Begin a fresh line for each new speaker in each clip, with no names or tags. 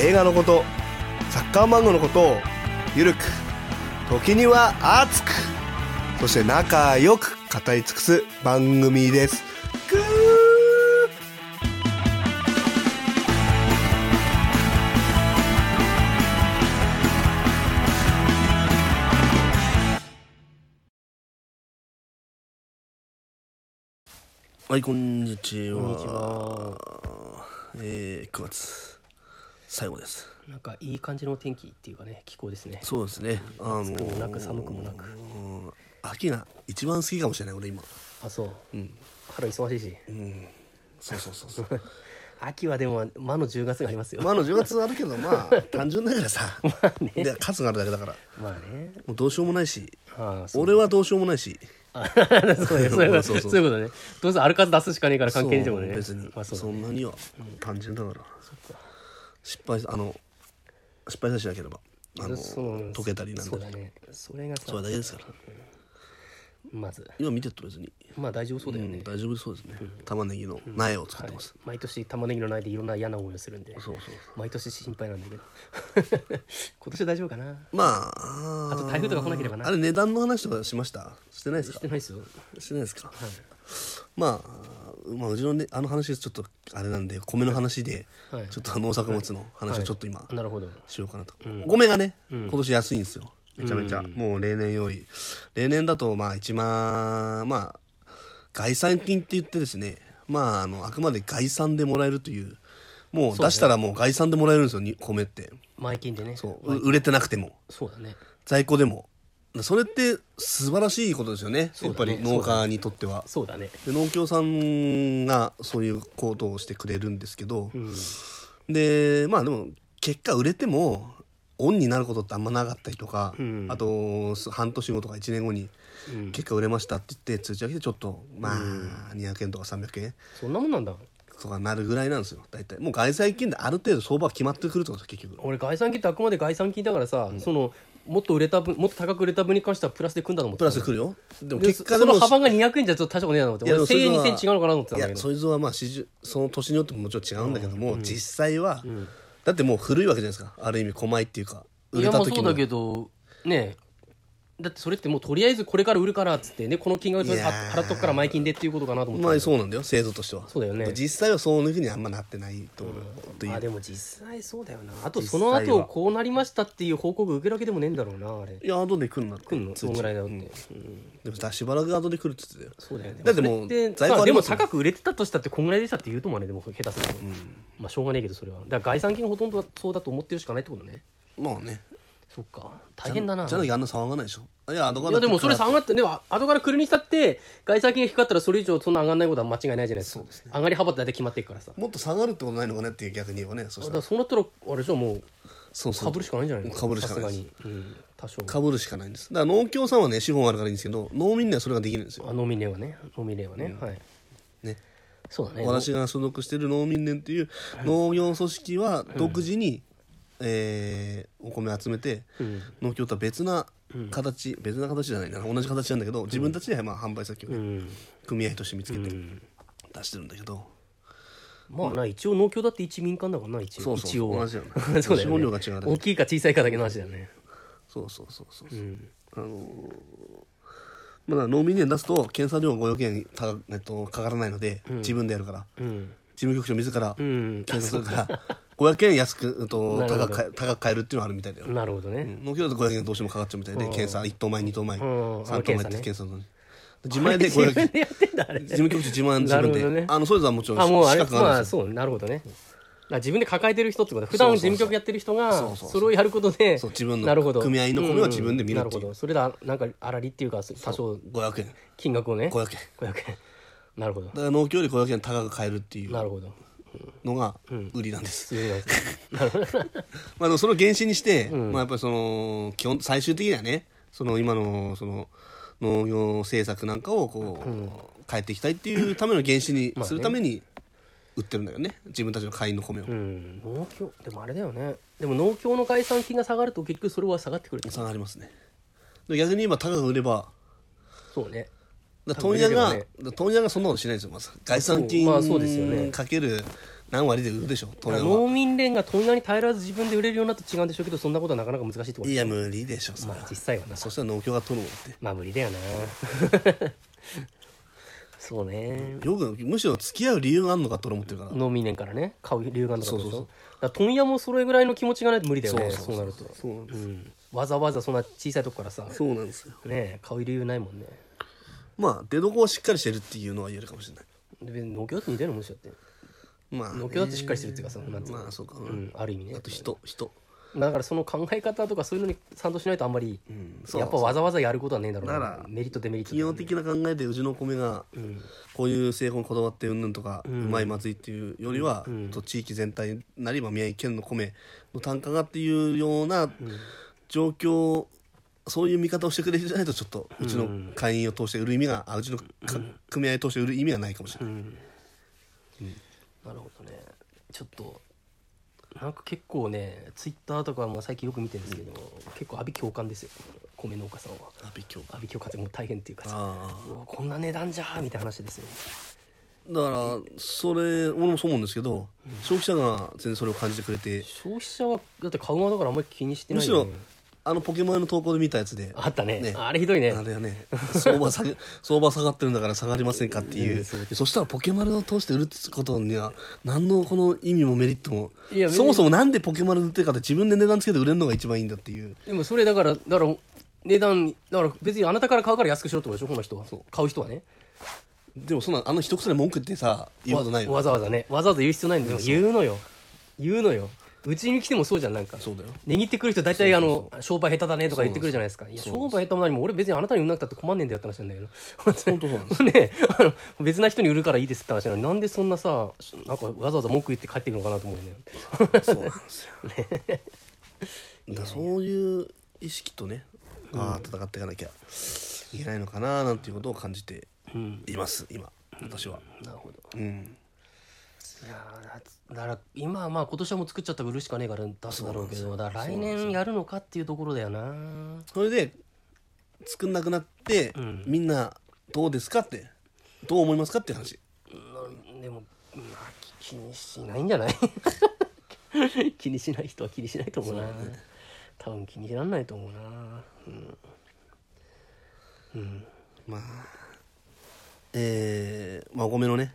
映画のことサッカー漫画のことをゆるく時には熱くそして仲良く語り尽くす番組ですぐー
はい、こんにちは。
こんにちは。
えー、9月最後です。
なんかいい感じの天気っていうかね、気候ですね。
そうですね。あの
暑くもなく寒くもなく
うん秋が一番好きかもしれない、俺今。
あ、そう。春忙しいし。
そうそうそう そう。
秋はでも魔の10月がありますよ。
まあ、あの10月あるけど、ま あ、単純だからさ。まあね。数があるだけだから。
まあね。
もうどうしようもないし。
ああ、そう。
俺はどうしようもないし。
あそうね。そういうこと
そうそう
そういうことね。どうせアルカス出すしかねえから関係ねえとこ
そう
ね。
別に、
まあそう
そ
ね。
んなには単純だから。失敗、あの、失敗さえしなければ。あの、
そう
溶けたりなん
そ
か
う。だね。それがさ
それ、だけですから。
まず。
今見てると別に。
まあ大丈夫そうだよ
うん
ね。
大丈夫そうですね、玉ねぎの苗を使っ
は
て
い
ます、
毎年玉ねぎの苗でいろんな嫌な思いをするんで。
そうそう
毎年心配なんだけど。 今年は大丈夫かな。
まああ
あと台風とか来なければな
あれ値段の話とかしましたしてないです
し
か
てないですよ。
してないですか、まあまあうちのねあの話ちょっとあれなんで米の話で、
はい
ちょっと農作物の話をちょっと今、
なるほど。
しようかなと、米がね、今年安いんですよめちゃめちゃ、もう例年より例年だとまあ1万まあ概算金って言ってですねまああのあくまで概算でもらえるというもう出したらもう概算でもらえるんですよに米って
前金でね。
そうう売れてなくても
そうだね。
在庫でもそれって素晴らしいことですよね
そ
や
う
っぱ
だね
り農家にとっては。
そうだね。
で農協さんがそういう行動をしてくれるんですけど、
うん。
でまあでも結果売れてもオンになることってあんまなかったりとか、
うん
あとす半年後とか1年後に
うん
結果売れましたって言って通知が来てちょっとまあ200円とか300円
そんなもんなんだ。
とかなるぐらいなんですよ大体もう外債金である程度相場は決まってくるってことです結局
俺概算金ってあくまで概算金だからさ、そのもっと売れた分もっと高く売れた分に関してはプラスで組んだと思って
プ
た
ラス来るよでも
で
結果でも
その幅が200円じゃちょっと大したことねえなと思って
いや
俺
でもそれ
1000円
は
2000円違うのかなと思ってたん
い
だけ
や
ど
それぞれはまあ四十その年によってももちろん違うんだけども、実際は、だってもう古いわけじゃないですかある意味狛いっていうか売
い
れ
や
た
まあ
時
そ
の
うだけどねえだってそれってもうとりあえずこれから売るからっつってねこの金額とりあえず
いやー
払払っとくから前金でっていうことかなと思って
まあそうなんだよ制度としては
そうだよね
実際はそういうふうにあんまなってないと思うという、
あでも実際そうだよなあと
実
そ
際
の
は
後こうなりましたっていう報告受けるわけでもねえんだろうなあれ
いや後で来るんだろう
来んの
通知
そんぐらいだよっ
う
て、
んでもさしばらく後で来るって言ってたよ
そうだよね
だってもう
それって
在庫
さ
あ
で
りま
も
すよ
高く売れてたとしたってこんぐらいでしたって言うともねでも下手すると、まあしょうがねえけどそれはだから概算金ほとんどはそうだと思ってるしかないってことね
まあね
そっか大変だな
じゃなきゃあんな騒がないでしょいや後か
い
ら
やでもそれ
来るか
下がってでも後から来るにしたって概算金が低かったらそれ以上そんな上がんないことは間違いないじゃないですか上がり幅って大体決まっていくからさ
らもっと下がるってことないのかねっていう逆に言えばねそした
だから
ら
そうなったらあれでしょもう
そうそう
かぶるしかないんじゃないの
かぶるしかない
さ
です
すがに、うん、多少
かぶるしかないんですだから農協さんはね資本あるからいいんですけど農民にはそれができるんですよ
あノミネはねノミネはね、はい
ね
そうだね
私が所属してる農民連っていう農業組織は独自に、えーお米集めて、農協とは別な形、別な形じゃないな同じ形なんだけど自分たちでまあ販売先をね、
うん
組合として見つけて出してるんだけど、
まあな一応農協だって一民間だからな一応
そうそう
一応は
同じだよね
そうだ
資
よね
本量が違うだけ
大きいか小さいかだけの話だよね
そうそうそうそうそう、あのーまあ、農民連出すと検査料が500円た、えっと、かからないので、自分でやるから、
うん
事務局長自ら
ん
検査するから、500円安く、えっと、
なるほど
高く買え高く買えるっていうのはあるみたいだよ
なるほどね、
農協だと500円どうしてもかかっちゃうみたいで検査1等前2等前
ん
3等前って
あの検査ね
検査の自前で500
自分
円
でやってんだあれ
事務局長自前自分
なるほど
で
ね
あのそれぞれはもちろ
あもうあ
ん資
れ
格があ
ま
るん
あ
ですよ
そうなるほどねだから自分で抱えてる人ってことだ普段事務局やってる人
そうそ
が
うそう
それをやることで
そう自分の
なるほど
組合の米は自分で見るっていう
なるほどそれだなんか粗利っていうか多少
500円だか
金額をね
500円
500円なるほど
ら農協より500円高く買えるっていう
なるほど
のが
うん
売りなんです、
強いな
まあ、でもそれを原資にして、
うん
まあ、やっぱりその基本最終的にはねその今のその農業政策なんかをこう、変えていきたいっていうための原資に
まあね
するために売ってるんだよね自分たちの会員の米を、
うん農協でもあれだよねでも農協の概算金が下がると結局それは下がってくる
差がありますねで逆に今高く売れば
そうね
だ
高く
問
売れ
屋
れば
が
ね
だ問屋がそんなことしないんですよまず概算金
まあそうですよね
かける何割で売るでしょ問屋は
農民連が問屋に耐えられず自分で売れるようになると違うんでしょうけどそんなことはなかなか難しいってこと
いや無理でしょそれ
ま
は
あ実際はな
そしたら農協が取るもんだって
まあ無理だ よなそうね
よくむしろ付き合う理由があるのかと俺思ってるから
農民連からね買う理由があるのかと
そうそうそう
だから問屋もそれぐらいの気持ちがないと無理だよね
そ
そう
そ
うな
う
る
そ
と
うそうなんです
うんわざわざそんな小さいとこからさ
そうなんですよ
ね買う理由ないもんね
まあ出どこをしっかりしてるっていうのは言えるかもしれない
で別に農協だって似たようなもんでしょだって
まあね
農協だってしっかりしてるっていうかさなんていうの
まあそうか
うんある意味ね
あと人人
だからその考え方とかそういうのに賛同しないとあんまり、
そう
やっぱわざわざやることはねえんだろう
な
な
ら
メリットデメリット
企業的な考えでうちのお米がこういう製法にこだわってうんぬんとか、うまいまずいっていうよりは、と地域全体なりば宮城県の米の単価がっていうような状況、そういう見方をしてくれるじゃないとちょっとうちの会員を通して売る意味があうちのか組合を通して売る意味がないかもしれない、
なるほどねちょっとなんか結構ねツイッターとかも最近よく見てるんですけど、結構阿ビ共感ですよ米農家さんは
あ勉強
阿ビ共感ってもう大変っていうかさ
あ
うわこんな値段じゃーみたいな話ですよ
あだからそれ俺もそう思うんですけど、消費者が全然それを感じてくれて
消費者はだって買う側だからあんまり気にして
む
ない
し
よ
ろ
ね
あのポケモンの投稿で見たやつで
あったね
ね
あれひどいね
あれはね、相 場下げ、相場下がってるんだから下がりませんかっていう。そしたらポケマルを通して売るってことには、何のこの意味もメリットも
いや。
そもそもなんでポケマル売ってるかって自分で値段つけて売れるのが一番いいんだっていう。
でもそれだからだから値段だから別にあなたから買うから安くしろってことでしょこの人は買う人はね
でもそんな、あの一口で文句ってさ、言うことない
わ
よ。
ざわざねわざわざ言う必要ないんだよ言うのよ言うのようちに来てもそうじゃんなんか
そうだよ
握ってくる人大体あの商売下手だねとか言ってくるじゃないですかいや商売下手も何も俺別にあなたに売んなくたって困んねえんだよって話なんだけど本当そうなんです ねあの別な人に売るからいいですって話なのになんでそんなさなんかわざわざ文句言って帰ってくるのかなと思うよね
そうなんですよ。だからそういう意識とね、ああ、戦っていかなきゃいけないのかななんていうことを感じて
うん
います、今、私は。
なるほど
うん。
いやーだだから今はまあ今年はもう作っちゃったから売るしかねえから出すだろうけどだから来年やるのかっていうところだよな
それで作んなくなって、
ん
みんなどうですかってどう思いますかって話
うんでもまあき気にしないんじゃない 気にしない人は気にしないと思うな多分気にならないと思うなうん
まあえーまあお米のね、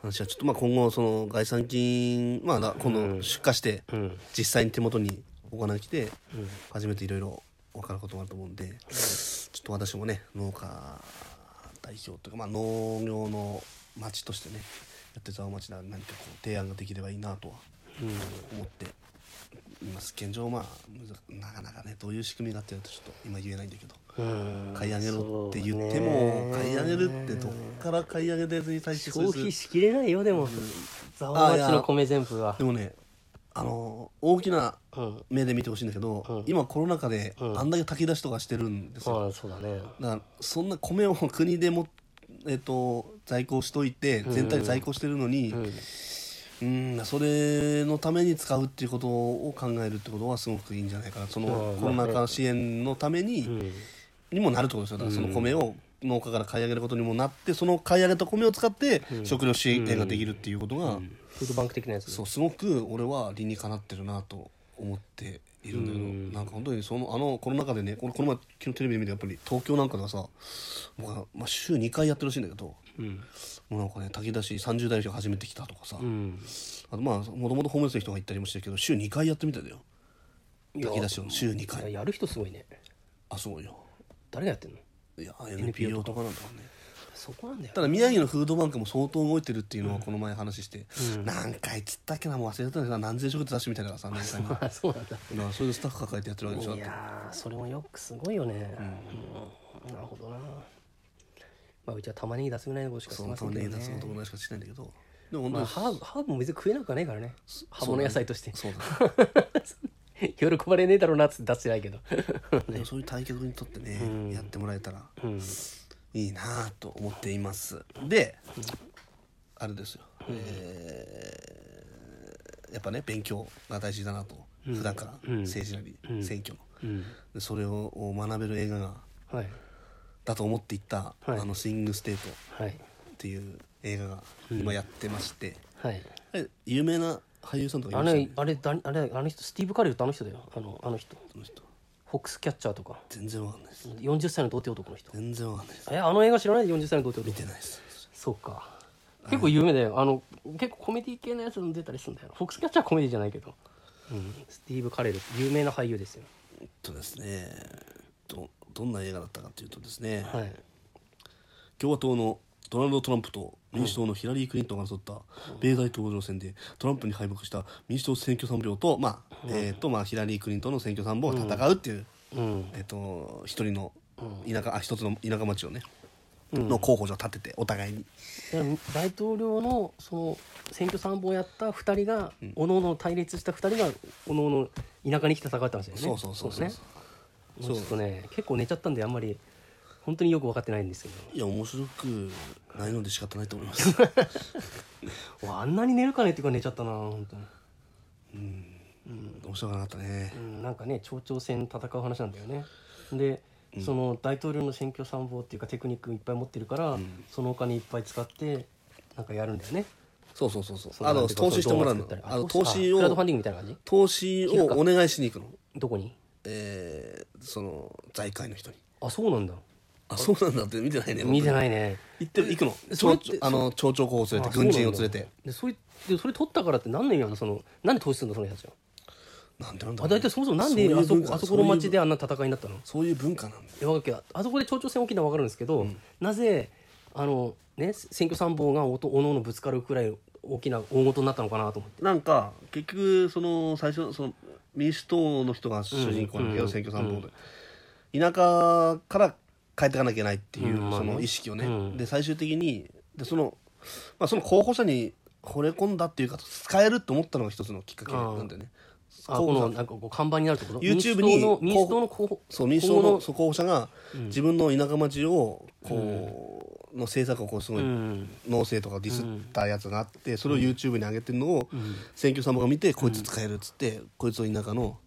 話はちょっとまあ今後その概算金まあな今度出荷して、
うん
実際に手元にお金が来て、初めていろいろ分かることもあると思うんで、ちょっと私もね農家代表というか、まあ、農業の町としてねやってたお町な何かこう提案ができればいいなとは思っています現状まあむずなかなかねどういう仕組みになってるとちょっと今言えないんだけど。
うん
買い上げろって言って
そう
も
ね
買い上げるってどっから買い上げてずに対して
消費しきれないよでも蔵王
あい
町
や
の米全部は
でもねあの大きな
うん
目で見てほしいんだけど、
うん
今コロナ禍で
うん
あんだけ炊き出しとかしてるんですよ、
まあそうだね
だからそんな米を国でもえっと在庫しといて全体で在庫してるのに、
うん
うんそれのために使うっていうことを考えるってことはすごくいいんじゃないかなその
うん
コロナ禍支援のために、
うん
にもなるってことですよだからその米を農家から買い上げることにもなってその買い上げた米を使って食料支援ができるっていうことが、
フードバンク的なやつ
そうすごく俺は理にかなってるなと思っているんだけど、なんか本当にそのあのコロナ禍でねこれこの前昨日テレビで見てやっぱり東京なんかではさ僕は、まあ、週2回やってるらしいんだけど
うん
もうなんかね炊き出し30代の人が初めて来たとかさ、
うん
あとまあもともとホームレスの人が行ったりもしてるけど週2回やってみたいだよ
いや
炊き出しを週2
いや
回
やる人すごいね
あそうよ
誰がやってんの
いや NPO とかなんだろうね
そこなんだよ
ただ宮城のフードバンクも相当動いてるっていうのはこの前話して、何回つったっけなもう忘れてたんだけど何千食って出してみたいなさ年間にだか
あそうなんだ
らそれでスタッフ抱えてやってるわけでしょ
いやーそれもよくすごいよね、うんなるほどなまあうちは玉ねぎ出すぐらいのことしかし
そ
ま
の
せ
た
ん
め
け
に
ど
出すの
ね
と同じしかしないんだけどでも本当
まあ、
に
ハーブハーブも別に食えなくはないからね葉物野菜として、
そうだね
喜ばれねえだろうなっつって出してないけど
でもそういう対局にとってね、やってもらえたら
うん
いいなぁと思っていますであれですよ、えーやっぱね勉強が大事だなと、普段から
うん
政治なり、
うん
選挙の
うん
でそれを学べる映画が
はい
だと思っていった、
はい
あの「スイング・ステート」っ
はい
ていう映画が今やってまして、
はい
え有名な俳優さんとかい
あ
ましたよ
れ
ね
あれだあれあの人スティーブ・カレーってあの人だよあのあの人
あの人
フォックスキャッチャーとか
全然わかんないです
40歳の童貞男の人
全然わかんないです
えあの映画知らないで40歳の童貞
見て
男
ないです
そうか結構有名だよあの結構コメディ系のやつも出たりするんだよフォックスキャッチャーはコメディじゃないけど、うん、スティーブ・カレル有名な俳優ですよ
えっとですねどどんな映画だったかというとですね、
はい
共和党のドナルド・トランプと民主党のヒラリー・クリントンが争った米大統領選でトランプに敗北した民主党選挙参票と,、まあえーとまあ、ヒラリー・クリントンの選挙参謀が戦うっていう、
うん
えっと一人の田舎あ一つの田舎町をね、の候補者を立ててお互いに
で大統領のその選挙参謀をやった2人が、おのおの対立した2人がおのおの田舎に来て戦ったんですよね
そうそうそうそう
ねもうちょっとね結構寝ちゃったんであんまり本当によく分かってないんですけ
いや面白くないので仕方ないと思います
どわあんなに寝るかねっていうか寝ちゃったな本当に、
面白くなかったね
うん、なんかね町長選戦う話なんだよねで、その大統領の選挙参謀っていうかテクニックいっぱい持ってるから、そのお金いっぱい使ってなんかやるんだよね
そうそうそうそう
そ
あ
なん
の
ていうか
投資してもらうの
動画作ったり
あの投資
あクラウドファンデ
を
ィングみたいな感じ
投資をお願いしに行くの
どこに
えー、その財界の人に
あそうなんだ
あそうなんだって見てないね
見てないいね
行って行くの
それって
町長あの町長候補連れて軍人を連れて
でそれでそれ取ったからって何の意味あるのそのなんで投資するんだその人たちは
なんでなんだ
あ大体そもそもなんで
ういう
あそ
文
こ
化
あそこの町
そういう
であんな戦いになったのい
そういう文化なんだよ
やわけあそこで町長選起きたのは分かるんですけど、なぜあの、ね、選挙参謀がおとおのおのぶつかるくらい大きな大事になったのかなと思って
なんか結局その最初その民主党の人が主人公なんだけど、
うん
選挙参謀で、田舎から変えていかなきゃいけないっていう、
うんまあ
そ
ね
の意識をね、
うん
で最終的にでその,、まあ、その候補者に惚れ込んだっていうか使えると思ったのが一つのきっかけなんだよね
あ
候補
こ
者
のなんかこう看板になるってこと
YouTube
民
に
主党の民主党の候補
そう民主党の
候補
そう候補者が自分の田舎町をこう、の政策をこうすごい、
うん
農政とかディスったやつがあって、それを YouTube に上げてるのを選挙参謀が見て、こいつ使えるっつってこいつを田舎の、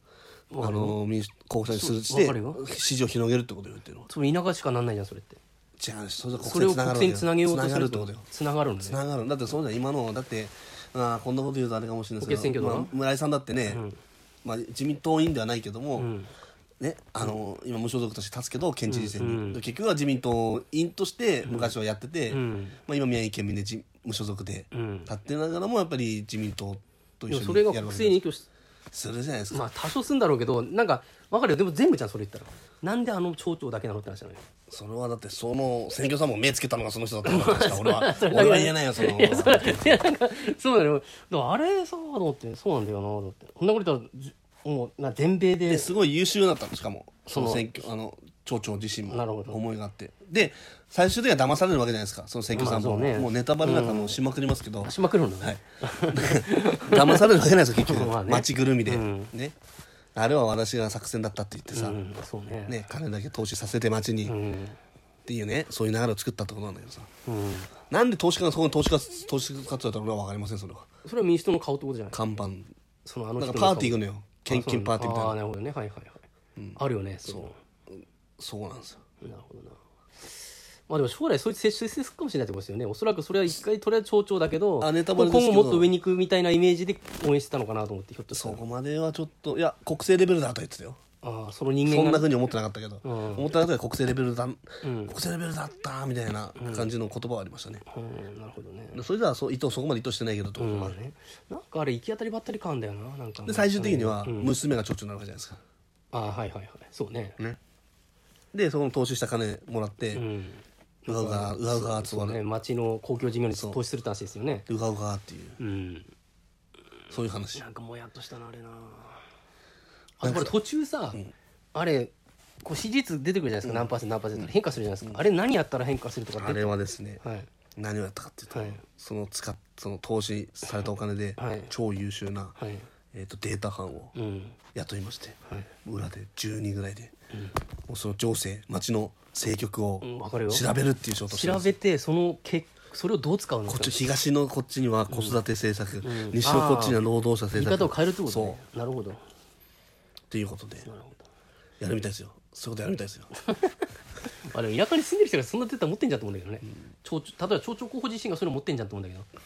あの民主候補者にするし
わかるよ
て支持を広げるってことよ言ってるの
それ田舎しかなんないじゃんそれって
じゃあそれじゃ
それ
国
を
政つなが
国
る
政につなげようと
つ
す
なが
る
る
っ
ってて
こ
ことと
よ
よ
つながる
つなが
んだね
るだってそうじゃん今のだってあーこんなこと言うとあれかもしれないですけ
補欠選挙
ど、
とか
まあ、村井さんだってね、まあ、自民党員ではないけども、
ん
ね、あの今無所属として立つけど県知事選に、
うん
で結局は自民党員として昔はやってて、
うん
まあ、今宮城県民でじ無所属で
うん
立ってながらもやっぱり自民党と
で
一緒
もそ
に
れ
や
が
る
国
わけ
政に影響し
それじゃないですか、
まあ多少すんだろうけどなんか分かるよでも全部じゃんそれ言ったらなんであの町長だけなのって話なのよ
それはだってその選挙さんも目つけたのがその人だったから確か俺は
それだけ
俺は言えないよその
いやそれ いやなんかそうだよ、ね、だからあれさと思ってそうなんだよなと思ってこんなこと言ったらずもうな全米で
ですごい優秀だったのしかもその
その
選挙あの町長自身も
なるほど
思いがあってで最終的には騙されるわけじゃないですかその選挙さんも、
まあそうね
もうネタバレなんかもうしまくりますけど、
しまくるんだ
は
ね
い、騙されるわけないですよ結局、
まあね
街ぐるみで、
うん
ねあれは私が作戦だったって言ってさ、
うんそうね
ね、金だけ投資させて街に、
う
っ
ん
ていうねそういう流れを作ったってことなんだけどさ
うん
なんで投資家がそこに投資活投資活動だったのか分かりませんそれは
それは民主党の顔ってことじゃない
看板
そのあの
なん
人
か
の
パーティー行く
が
のよ献金パーティーみたい
あ
な
あーなるほどねはいはいはい、あるよねそう
そうなんですよ
なるほどなまあでも将来そういう接種するかもしれないってことですよねおそらくそれは一回とりあえず町長だけど
あネタバ
今
レですけど
後もっと上に行くみたいなイメージで応援してたのかなと思ってひょっとした
そ
ら
こまではちょっといや国政レベルだと言ってたよ
ああその人
そんな
間が
ふうに思ってなかったけど、
ん
思ってなかったけど国政レベルだ、
ん
国政レベルだったみたいな感じの言葉はありましたね、
うんなるほどね
でそれではそう意図そこまで意図してないけどと、
うんまあねなんかあれ行き当たりばったり感だよななんか
で最終的には娘が町長になるわけじゃないですか、
ああはいはいはいそうね
ねでそこの投資した金もらって、う
うん
がうがうがうが集ま
ね
る
町の公共事業に投資するって話ですよね
うがうがっていう
うん
そういう話
なんかもやっとしたなあれなあとこれ途中さ、あれこう支持率出てくるじゃないですか、何パーセント何パーセントって変化するじゃないですか、あれ何やったら変化するとか
あ
出て
れはですね
はい
何をやったかっていうと、
はい
その使っその投資されたお金で、
はい
超優秀な、
はい
えー、とデータ班を
うん
雇いまして、
はい
裏で10人ぐらいで、もうその情勢町の政局を
うんわかるよ
調べるっていう仕事をして
調
ます
べてそのけそれをどう使うんで
こ
す
っち
か
東のこっちには子育て政策、
ん
西のこっちには労働者
言
政
い
策
方を変えるってことね
そう
なるほどな
っていうことで
るほど
やるみたいですよそういうことやるみたいですよ
あでも田舎に住んでる人がそんなデータ持ってんじゃんと思うんだけどね、町長例えば町長候補自身がそれ持ってんじゃんと思うんだけど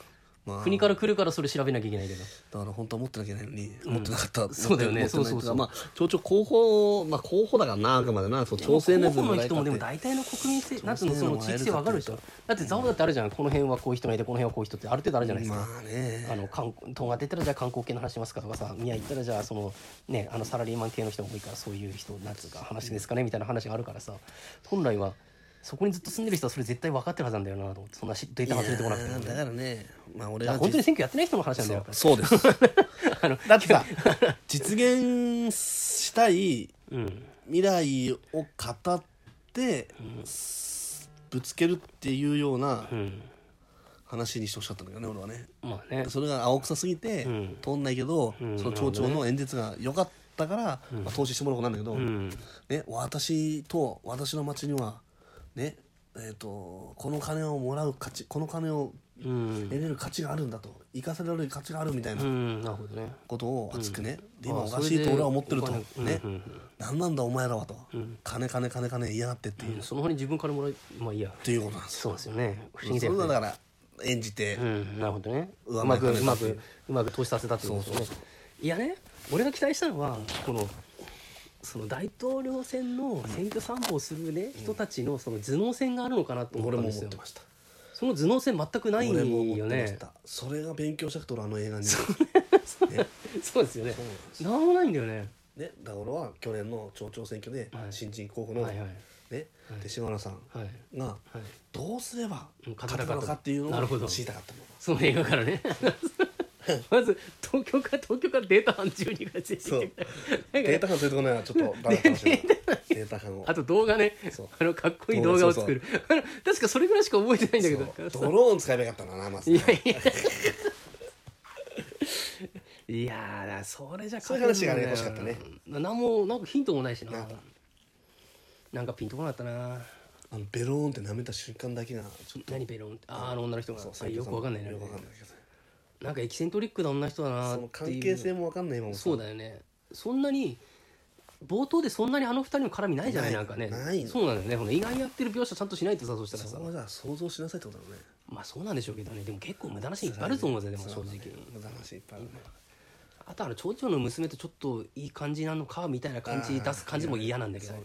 まあ
国から来るからそれ調べなきゃいけないけど
だから本当は持ってなきゃいけないのに、持ってなかった
そうだよね
持ってない
そうそうそう
持ってないっていかまあ町長候補まあ候補だからなあくまでなそう調整熱
候補
も
の
ない
人
かっ
も
て
でも大体の国民性なんつうの
調
そ
整
の
の
地域性わかるでしょだって蔵王だってあるじゃんこの辺はこういう人がいてこの辺はこういう人ってある程度あるじゃないですか、
まあね
あの観光東が出たらじゃあ観光系の話しますかとかさ宮行ったらじゃあそのねあのサラリーマン系の人も多いからそういう人なんつうか話ですかねみたいな話があるからさ本来はそこにずっと住んでる人はそれ絶対分かってるはずなんだよなと思ってそんなしデータが出てこなくて
い
も
やーだからねまあ俺
だから
は
本当に選挙やってない人の話なんだよ
実そうです
あの
だってさ実現したい
うん
未来を語って、ぶつけるっていうような
うん
話にしてほしかったんだけどね俺はね
まあね
それが青臭すぎて、
ん
通んないけど、
ん
その町長の演説が良かったから、まあ、投資してもらおうなんだけど、
うん
ね、私と私の町にはねえー、とこの金をもらう価値この金を
うん
得れる価値があるんだと生かせられる価値があるみたいな
うんなるほどね
ことを熱くね、で
うん
今
あ
お
あ
かしいと俺は思ってると、
それ
ね
でお金うんうん
何なんだお前らはと、金金金金言いやがってっていう、っ
その方に自分からもらいまあいいや
ていうことなんですよ
そうですよね不思議
そ
だ
れ
よね
はだから演じて、
うん、なるほどねう
上
ま
回
く
らな
う
か
ま
った
くうまく投資させたってことですよね
そうそう
いやね俺が期待したのはこのその大統領選の選挙参謀をするね、人たちのその頭脳戦があるのかなと思っ
俺
たん
も
で
思
す
っ
よ
てました
その頭脳戦全くない
俺も思
よ
ってまし
ね
たそれが勉強したくて俺あの映画に
そうですよねなんもないんだよね
ねだから俺は去年の町長選挙で
はい
新人候補の、
はいはい
ね勅使河原さん
はい
が
はい
どうすれば
うん
勝てたのかっていうの
なるほ
を
ど
知りたかったの
その映画から ねまず東京から東京からデータ班12が出てき
そう
てなんか
データ班そういうとこねちょっとバラった話 だからデータ班を
あと動画ね
そう
あのかっこいい動画を作るあの確かそれぐらいしか覚えてないんだけど
そうドローン使えばよかったなまず
い
ね
やいや。いやーだからそれじゃ
そういう話がね
勝てんだよ
欲しか
ななんもなんかヒントもないしな
なんか
なんかピンとこなかったな
あのベローンって舐めた瞬間だけがちょっと
何ベロンってあーあの女の人があよくわかんないね
よくわかんないけど
なんかエキセントリックな女の人だな
そ
ー
の
っていう
関係性もわかんない今も
そうだよねそんなに冒頭でそんなにあの二人の絡みないじゃない
な
ないんかね
ないの
そうなんだよねほら意外にやってる描写ちゃんとしないとさそうしたら
そ
さ
こはじゃあ想像しなさいってことだろうね
まあそうなんでしょうけどねでも結構無駄なシーンいっぱいあると思うぜでも正直
無駄な話いっぱいあるね
あとあの町長の娘とちょっといい感じなのかみたいな感じ出す感じも嫌なんだけど、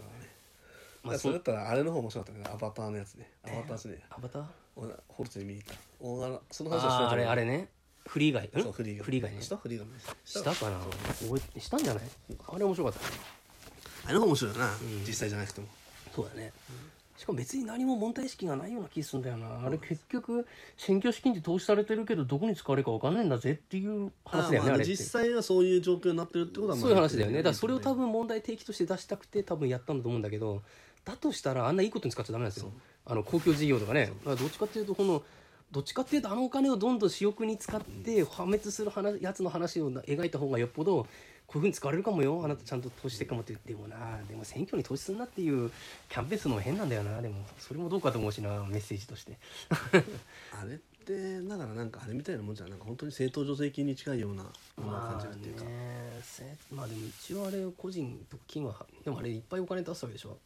まあ、それだったらあれの方面白かったねアバターのやつねアバターですね
アバター
俺ホルツに見に行った大柄その話はしない
あー
と
あれ
思う
あれねフリー以外
そううんフリーが
フリー以外ね
したフリーが
したかな覚えてしたんじゃないあれ面白かっ
あ
た
れの方面白いよな、実際じゃなくても
そうだね、しかも別に何も問題意識がないような気するんだよなあれ結局選挙資金って投資されてるけどどこに使われるか分かんないんだぜっていう話だよね
あーま
あ
あ
れって
実際はそういう状況になってるってことはまあ
そういう話だよねだからそれを
た
多分問題提起として出したくて多分やったんだと思うんだけどだとしたらあんないいことに使っちゃダメなんですよあの公共事業とかねだからどっちかっていうとこのどっちかっていうとあのお金をどんどん私欲に使って破滅する話やつの話を描いた方がよっぽどこういうふうに使われるかもよあなたちゃんと投資してるかもって言ってもなでも選挙に投資するなっていうキャンペーンするのも変なんだよなでもそれもどうかと思うしなメッセージとして
あれってだからなんかあれみたいなもんじゃんなんか本当に政党助成金に近いようなような感
ま
じ
あ
るっていうか、
ねせまあでも一応あれ個人と金はでもあれいっぱいお金出すわけでしょ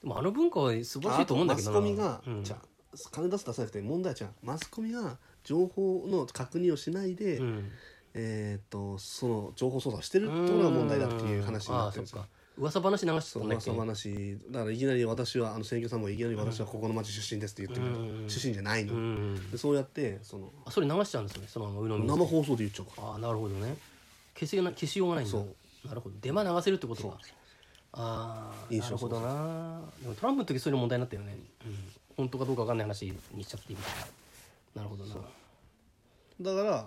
でもあの文化は素晴らしいと思うんだけど
あ
な
とマスコミが、
うん
じゃあ金出す出さなくて問題はじゃあマスコミが情報の確認をしないで、
うん
えっ、とその情報操作をしてるってことが問題だっていう話になってるんです
うんあ
よ
あそっか噂話流して
そ
た
うん
だっけ
噂話だからいきなり私はあの選挙さんもいきなり私はここの町出身ですって言ってる、
うん
出身じゃないの、
うんうん
でそうやってその
あそれ流しちゃうんですよねそのまま鵜呑みに
生放送で言っちゃうから
ああなるほどね消しがな消しようがないんだ
そう
なるほど出間流せるってことかああ
印
な
象
るほどなでもトランプの時そういう問題になったよね、うん、本当かどうか分かんない話にしちゃっていいみたいななるほどな
だから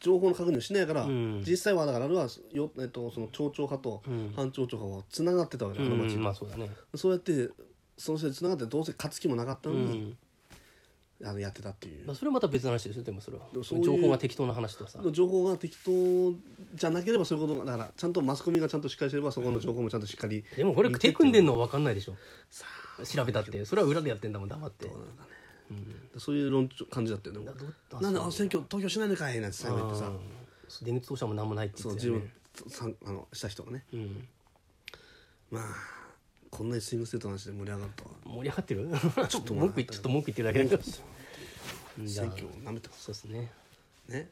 情報の確認をしないから、
うん
実際はだからあれはよ、えっと、その町長派と
うん
反町長派はつながってたわけだ、
う
あの
ん
町、
まあそうだね
そうやってその人でつながってどうせ勝つ気もなかったのに、
うん
あのやってたっていう
まあ、それはまた別の話ですよでもそれは
もそういう
情報が適当な話とはさ
情報が適当じゃなければそういうことがだからちゃんとマスコミがちゃんとしっかりしてればそこの情報もちゃんとしっかり
でもこれ手組んでんのは分かんないでしょ調べたってそれは裏でやってんだもん黙って
そういう論調感じだったよね
ど
なんであ選挙投票しないのかいなんて最後言ってさ
あー電熱投車も何もないって
そう
言ってた
自分
よね
さんあのした人がね
うん
まあこんなにスイングステートの話で盛り上がるとは
盛り上がってる
ちょっと
文句言っちょっと文句言ってるだけだけどうんじゃ
選
あ
挙を舐めてます
そうですね
ね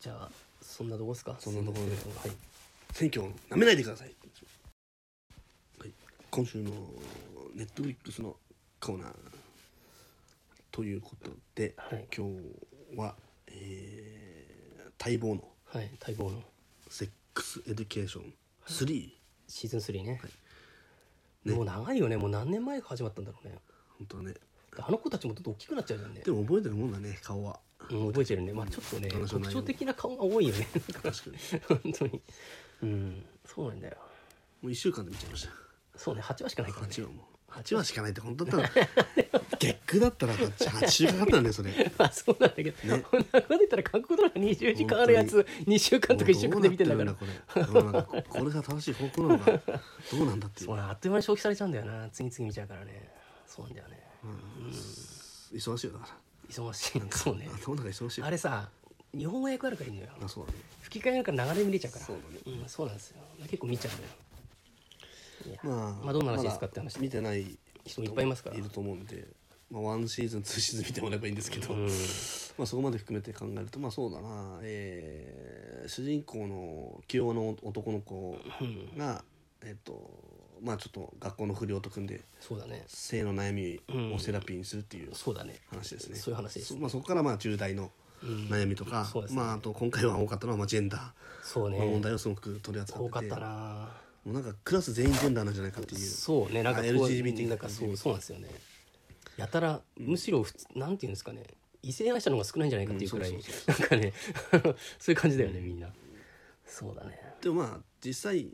じゃあそんなとこですか
そんなところで
はい
選挙を舐めないでください、はい、今週のネットフリックスのコーナーということで、
はい
今日は、えー待望の
はい待望の
セックスエデュケーション3、
シーズン3ね
ね
もう長いよねもう何年前から始まったんだろうね
本当ね
あの子たちもちょっと大きくなっちゃうじゃんね
でも覚えてるもんだね顔は
うん、覚えてるねまあちょっとね
話の内容
特徴的な顔が多いよね
確 かに
本当にうんそうなんだよ
もう1週間で見ちゃいました
そうね8話しかないからね
8話も8話しかないって本当だった ら月9だったら8週かかったんだよそれ
まあそうなんだけど、こんなこと言ったら韓国ドラマ20時間あるやつ2週間とか1週間で見てんだから
どうなってるんだこれうんなんかここれが正しい方向なのかどうなんだっていう
そうねあっという間に消費されちゃうんだよな次々見ちゃうからねそうなんだよね
忙しいよだか
忙しいそうね
ら頭の中忙しいよ
あれさ日本語訳あるからいいのよ
あそうだね
吹き替えなんか流れ見れちゃうからそう,、ん、そうなんですよ結構見ちゃうんだよいや
まあ
まあどんな話ですかって話
まだ見てない
人いっぱいいますから
いると思うんでまあ1シーズン2シーズン見てもらえばいいんですけど、
うん
まあそこまで含めて考えるとまあそうだな、えー主人公の清和の男の子が、えっとまあちょっと学校の不良と組んで
そうだね
性の悩みをセラピーにするっていう
そうだね
話ですね。
そういう話です
そまあ、 そこからまあ重大の悩みとか、
そうですね
まああと今回は多かったのはまあジェンダー、
そうね
まあ問題をすごく取り扱って
多
て、
かったな
もうなんかクラス全員ジェンダーなんじゃないかっていう。
そうねなんかこう
LGBT
なんかそうそうなんですよねやたらむしろ普通、なんていうんですかね異性愛者の方が少ないんじゃないかっていうくらい、
うんそう
なんかね そういう感じだよねみんなそうだね
でもまあ実際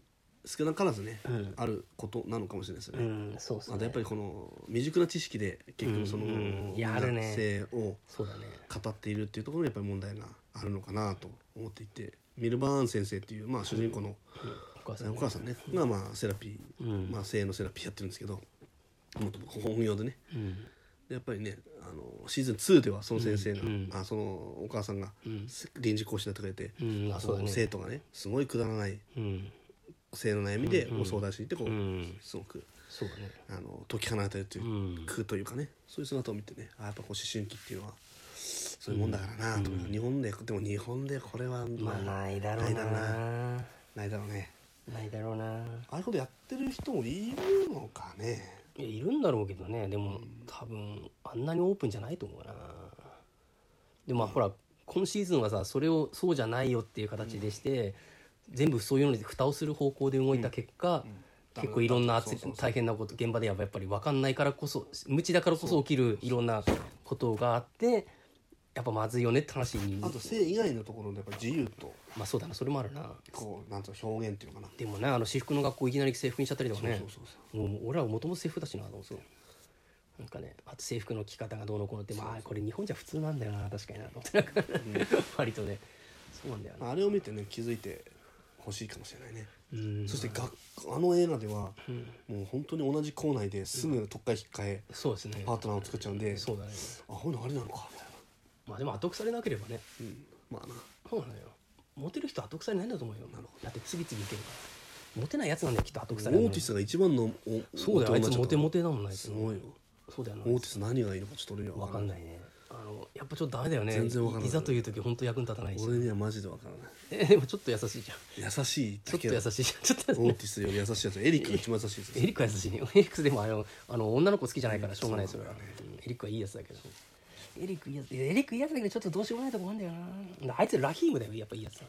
少なからずね、
ん
あることなのかもしれないですよ
う
ね。
んそうそ
あ
う、
と
ね、
やっぱりこの未熟な知識で結局その、
うんうんいやあるね
性を
そうだね
語っているっていうところにやっぱり問題があるのかなと思っていてミルバーン先生っていう、まあ、主人公の、
お母さ
お
ん
母さんねがまあセラピー、
うん
まあ、性のセラピーやってるんですけどもっと本業でね
うん
でやっぱりねあのシーズン2ではその先生が、
うん
あそのお母さんが、
ん
臨時講師になってくれて、
うんあそうだね
こう生徒がねすごいくだらない
うん
性の悩みでご相談していってこう、
うん
すごく
そうだね
あの解き放たれてるというう、
ん
くというかねそういう姿を見てねあやっぱこう思春期っていうのはそういうもんだからなと、日本ででも日本でこれは
まあないだろう
ない
な
だろうなないだろうね
ないだろうな
ああいうことやってる人もいるのかね
いやいるんだろうけどねでも多分あんなにオープンじゃないと思うなでもまあほら今シーズンはさそれをそうじゃないよっていう形でして、全部そういうのに蓋をする方向で動いた結果、結構いろんな熱い大変なこと現場ではやっぱり分かんないからこそ無知だからこそ起きるいろんなことがあってやっぱまずいよねって話に
あと性以外のところでやっぱ自由と
まあそうだなそれもあるな
こうなんつうの表現っていうのかな
でもねあの私服の学校いきなり制服にしちゃったりとかね
そうそうそ
もう俺らはもともと制服だしなと思ってなんかねあと制服の着方がどうのこうのってまあこれ日本じゃ普通なんだよな確かになと思 ってなんか割とねそうなんだよな
あれを見てね気づいてほしいかもしれないね
うん
そして学あの映画では、もう本当に同じ校内ですぐ特会引っ換え、
そうですね
パートナーを作っちゃうんで、
そうだね
あほんのあれなのかみたいな、
まあでも後腐れなければね
うん、まあな
そうなのよモテる人は後腐れないんだと思うよだって次々いけるからモテないやつなんだよきっと後腐れない
オーティスが一番のお
そうだよあいつモテモ
テ
テだもんなあいつ
すごいよ
そうだよな
オーティス何がいいのかちょっと俺には
わかん
ない
ないねあのやっぱちょっとダメだよね
全然わかんない
ざという時本当役に立たないし
俺にはマジでわからない
え でもちょっと優しいじゃん
優しい
ちょ
だ
っ
け
と優
ど
しいじゃんちょっと優しい
オーティスより優しいやつエリックが一番優しいです
エリックは優しいね エリックでもあのあの女の子好きじゃないからしょうがないそれは、うんエリックはいいやつだけどエリックいいやつエリックいいやつだけどちょっとどうしようもないとこあんだよなあいつラヒームだよやっぱいいやつだ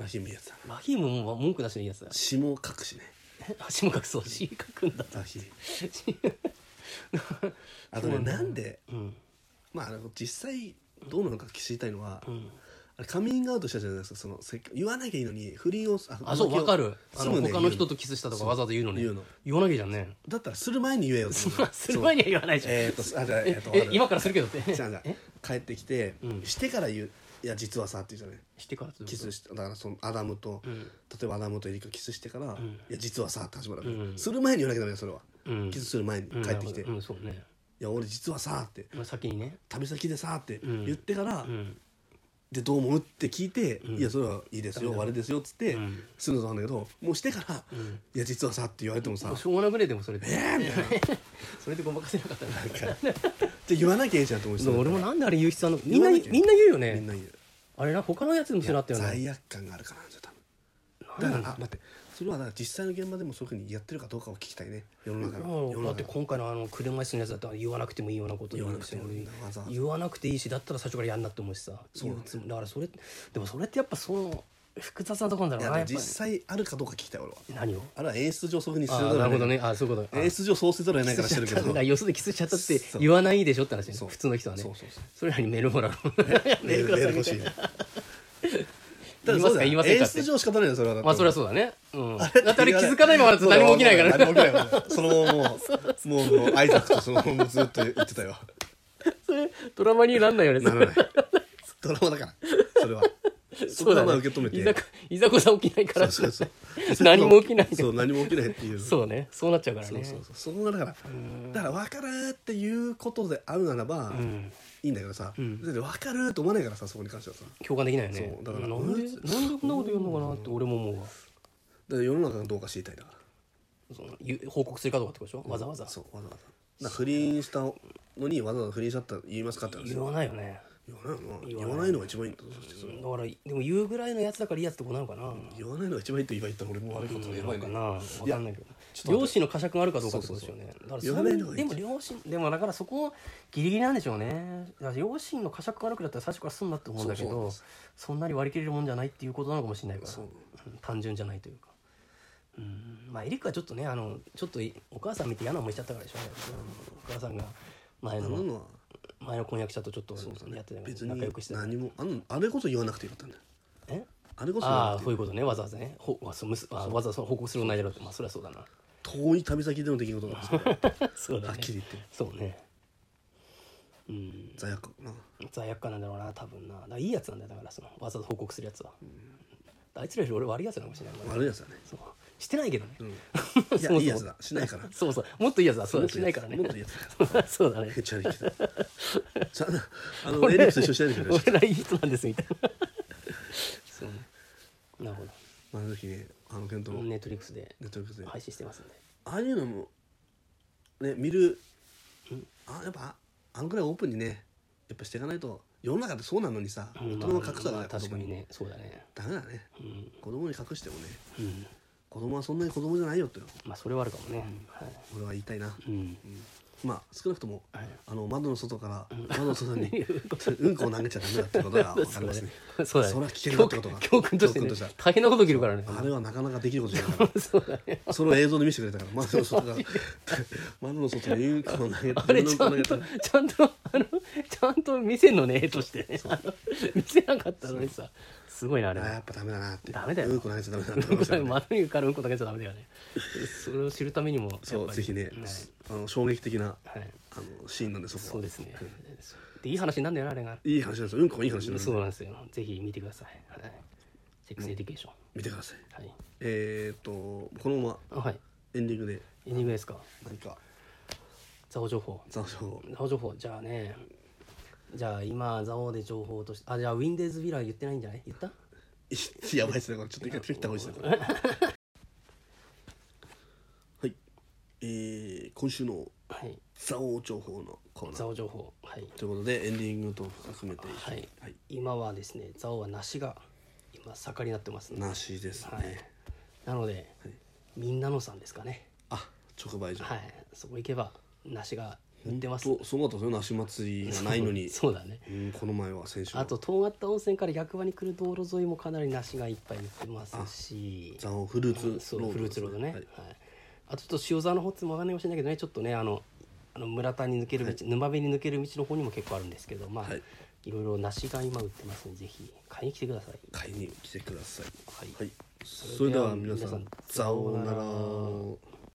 ラヒムやつだ
ラヒームも文句なしのいいやつ だ
指紋を隠しね
足も隠そう詩書くんだ
ラヒムあとねなんで、まああの実際どうなのか知りたいのは、あれカミングアウトしたじゃないですかそのせっか言わなきゃいいのに不倫を
あそう分かるあ
す
の
ぐね
他の人
言う
とキスしたとかわざわざ言うのね
言うの
言わなきゃじゃんね
だったらする前に言えよって 思う
する前には言わないじゃん
えーっとあじゃあえーっと
え今からするけどって
じゃあじゃあ
え
帰ってきて、
うん
してから言ういや実はさって言うじゃない
してからってこと
キスしてだからそのアダムと、
うん
例えばアダムとエリカキスしてから、
ん
いや実はさって始まるわけ、
うん
する前に言わなきゃダメだよそれは、
うん
キスする前に
うん
帰ってきて、
う
い
んそうね
や俺実はさって
まあ先にね
旅先でさって
うん
言ってから、
うん
でどう思うって聞いて、
ん
いやそれはいいですよ悪いですよっつって、
うん
するのなんだけどもうしてから、
ん
いや実はさって言われてもさ、
もう
じ
しょうがなくねでもそれで それでごまかせなかったな
ゃあ言わなきゃいいじゃんって思うし
でも俺もなんであれ言う必要あんのみ
言
ん
わ
な
なきゃ
みんな言うよ
みん
ね
な言う
あれな他のやつでもそうなったよね
罪悪感があるからなんですよ多分だからあ待ってそれはだから実際の現場でもそういうふうにやってるかどうかを聞きたいね世の中の世
う
の
んだっ
中
て今回のあの車椅子のやつだったら言わなくてもいいようなこと
言わなくてもいい
言うし
わざわざ
言わなくていいしだったら最初からやんなって思うしさ
そう
言うつもりだからそれでもそれってやっぱその複雑なとこなんだ
い
ろう
や
な
で
や
も
っぱり
実際あるかどうか聞きたい俺は
何を
あれは演出上そういうふうにするだろ
あ
う
なるほどねあそういうこと
演出上そうせざるを得ないからしてるけ ど
よそでキスしちゃったって
そう
言わないでしょって話ね
そう
普通の人はね
そうそうそう
れらにメールもらう
メールメール欲しいただ
言い
そ
ま
う
すか
だ
言い
よ
ません
演
かって
出上仕方ないよそれはだって
まあそりゃそうだねうんだってあれ気づかないままだと
そうだ
何も起きないからね
何も起きないからそのままもうもうもう挨拶とそのままずっと言ってたよ
それドラマになんないよね
ならないドラマだからそれはそこはまあ受け止めて
いざこいざこざ起きないから
そうそうそう
何も起きないで
そう何も起きないっていう
そうねそうなっちゃうからね
そうそうそうそこがだからだから分かるっていうことであるならば、
ん
いいんだけどさ、だって分かるって思わないからさそこに関してはさだ
共感できないよね
そうだから
なんでなんでこんなこと言うのかなって俺も思うわ
から世の中がどうか知りたいだから
そのゆ報告するかどうかってことでしょわざわざ
そうわざわざだから不倫したのにわざわざ不倫しちゃったら言いますかって話
言わないよね
言わないの
言
言
わない
わないのが一番いいんだとそしてそ
だ
れ
からでも言うぐらいのやつだからいいやつってことなのかな
言わないのが一番いいって今言ったら俺も悪いこと
そう
で
な
やばい
のか
ね
なわかんないけど
と待って
両親の呵責があるかどうかってことですよねだから
言わないの
そ
がい
う
い
でも両親でもだからそこギリギリなんでしょうねだから両親の呵責が悪くだったら最初からすんなって思うんだけ
そうそうなん
ど
です
そんなに割り切れるもんじゃないっていうことなのかもしれないから
そう
うん単純じゃないというかうんまあエリックはちょっとねあのちょっといお母さん見て嫌な思いしちゃったからでしょうねお母さんが前
あんな
の
のは
前の婚約者とちょっとやってたから
別
仲
に
良くしてた
何もあんあれこそ言わなくてよかったんだよ
え
あれこそ言わな
あ
く
あそ
て
ういうことねわざわざねほあそうむすあわざわざ報告する内容だってまあそりゃそうだな
遠い旅先での出来事なんですけ ど
そうだね
はっきり言って
そうねうん
罪悪感な
罪悪感なんだろうな多分なだからいいやつなんだよだからそのわざわざ報告するやつは、あいつらより俺悪いやつなのかもしれない
悪いやつだね
そうしてないけどね、
うんいや、いいやつだ。しないから。
そうそうもっといいやつだ そう
もっ
だ
と
しないからね
もっといいやつ
そうだね
めっちゃ悪いけど。 ちゃんあの、エリックと一緒にしないでくれる。
俺らいい人なんですみたいな そうねなるほ
あの時ね、あの、ケント
ど
のネ
ネットリックスで
ットフリックスで。あ
配信してますんで
あいうのも、ね、見る、あ、やっぱ、あのくらいオープンにね、やっぱしていかないと、世の中ってそうなのにさ、大人の隠さ
ま
な
あ
い
確かに。ねそうだね
ダメだね。子供に隠してもね、
うん
子供はそんなに子供じゃないよって、
まあそれはあるかもね、はい
俺は言いたいな。
うん
まあ、少なくとも、
はい
あの、窓の外から、窓の 外に、うんこを投げちゃダメだってことが分かりますね。
そうだね。
それは危険だってことが
教訓教訓として、ね、
教訓として
大変なこと起きるからね。
あれはなかなかできることじゃないから
そうだね。
それを映像で見せてくれたから窓の外から窓の外にうんこを投げて
あれ
うん
ち
こ
ゃ
を投げ
ん
て
と、ちゃんと、あの、ちゃんと見せんのね、絵としてね。あの見せなかったのにさ。すごいな、あ
あ
れは。
やっぱダメだなって
ダメだよ
うんこ投げちゃダメだなって思いま したね
窓にからうんこだけじゃダメだよね。それを知るためにも。や
そ
っ
う
ぱり
ぜひね、
はい
あの衝撃的な
はい。
あのシーンなんでそこは
そうですね。で、いい話なんだよな、あれが。
いい話なんですようんこもいい話なんです
そうなんですよ。ぜひ見てください。はい。セックスエディケーション。
見てください
はい。
えー、っとこのまま
あはい。
エンディングで
エンディングですか。
何か
ザオ情報。
残暑
ザオ情報じゃあねじゃあ今ザオで情報としてあじゃあ Windows ビラ言ってないんじゃない言った
やばいっす ねこれちょっと一回切った方がいいっすねこれ はいえー、今週の
はい
蔵王情報のコーナー
ザオ情報はい、
ということでエンディングと含めて
はい
はい、
今はですねザオは梨が今盛りになってますね
梨ですね、
はいなので、みんなのさんですかね
あ直売所、
はいそこ行けば梨が売ってます
とそうだったんですよ梨祭りがないのに
そうだね
うんこの前は先週は
あと遠った温泉から役場に来る道路沿いもかなり梨がいっぱい売ってますし
ザオフルーツ
そうフルーツロードね、
は
はいいあとちょっと塩沢の方ってもわかんないかもしれないけどねちょっとねあのあの村田に抜ける道、沼辺に抜ける道の方にも結構あるんですけどまあ、
はい
い、ろいろ梨が今売ってますのでぜひ買いに来てください。
買いに来てください
はい
はい、それでは皆さん
それでは皆さん
さような
さよう
ら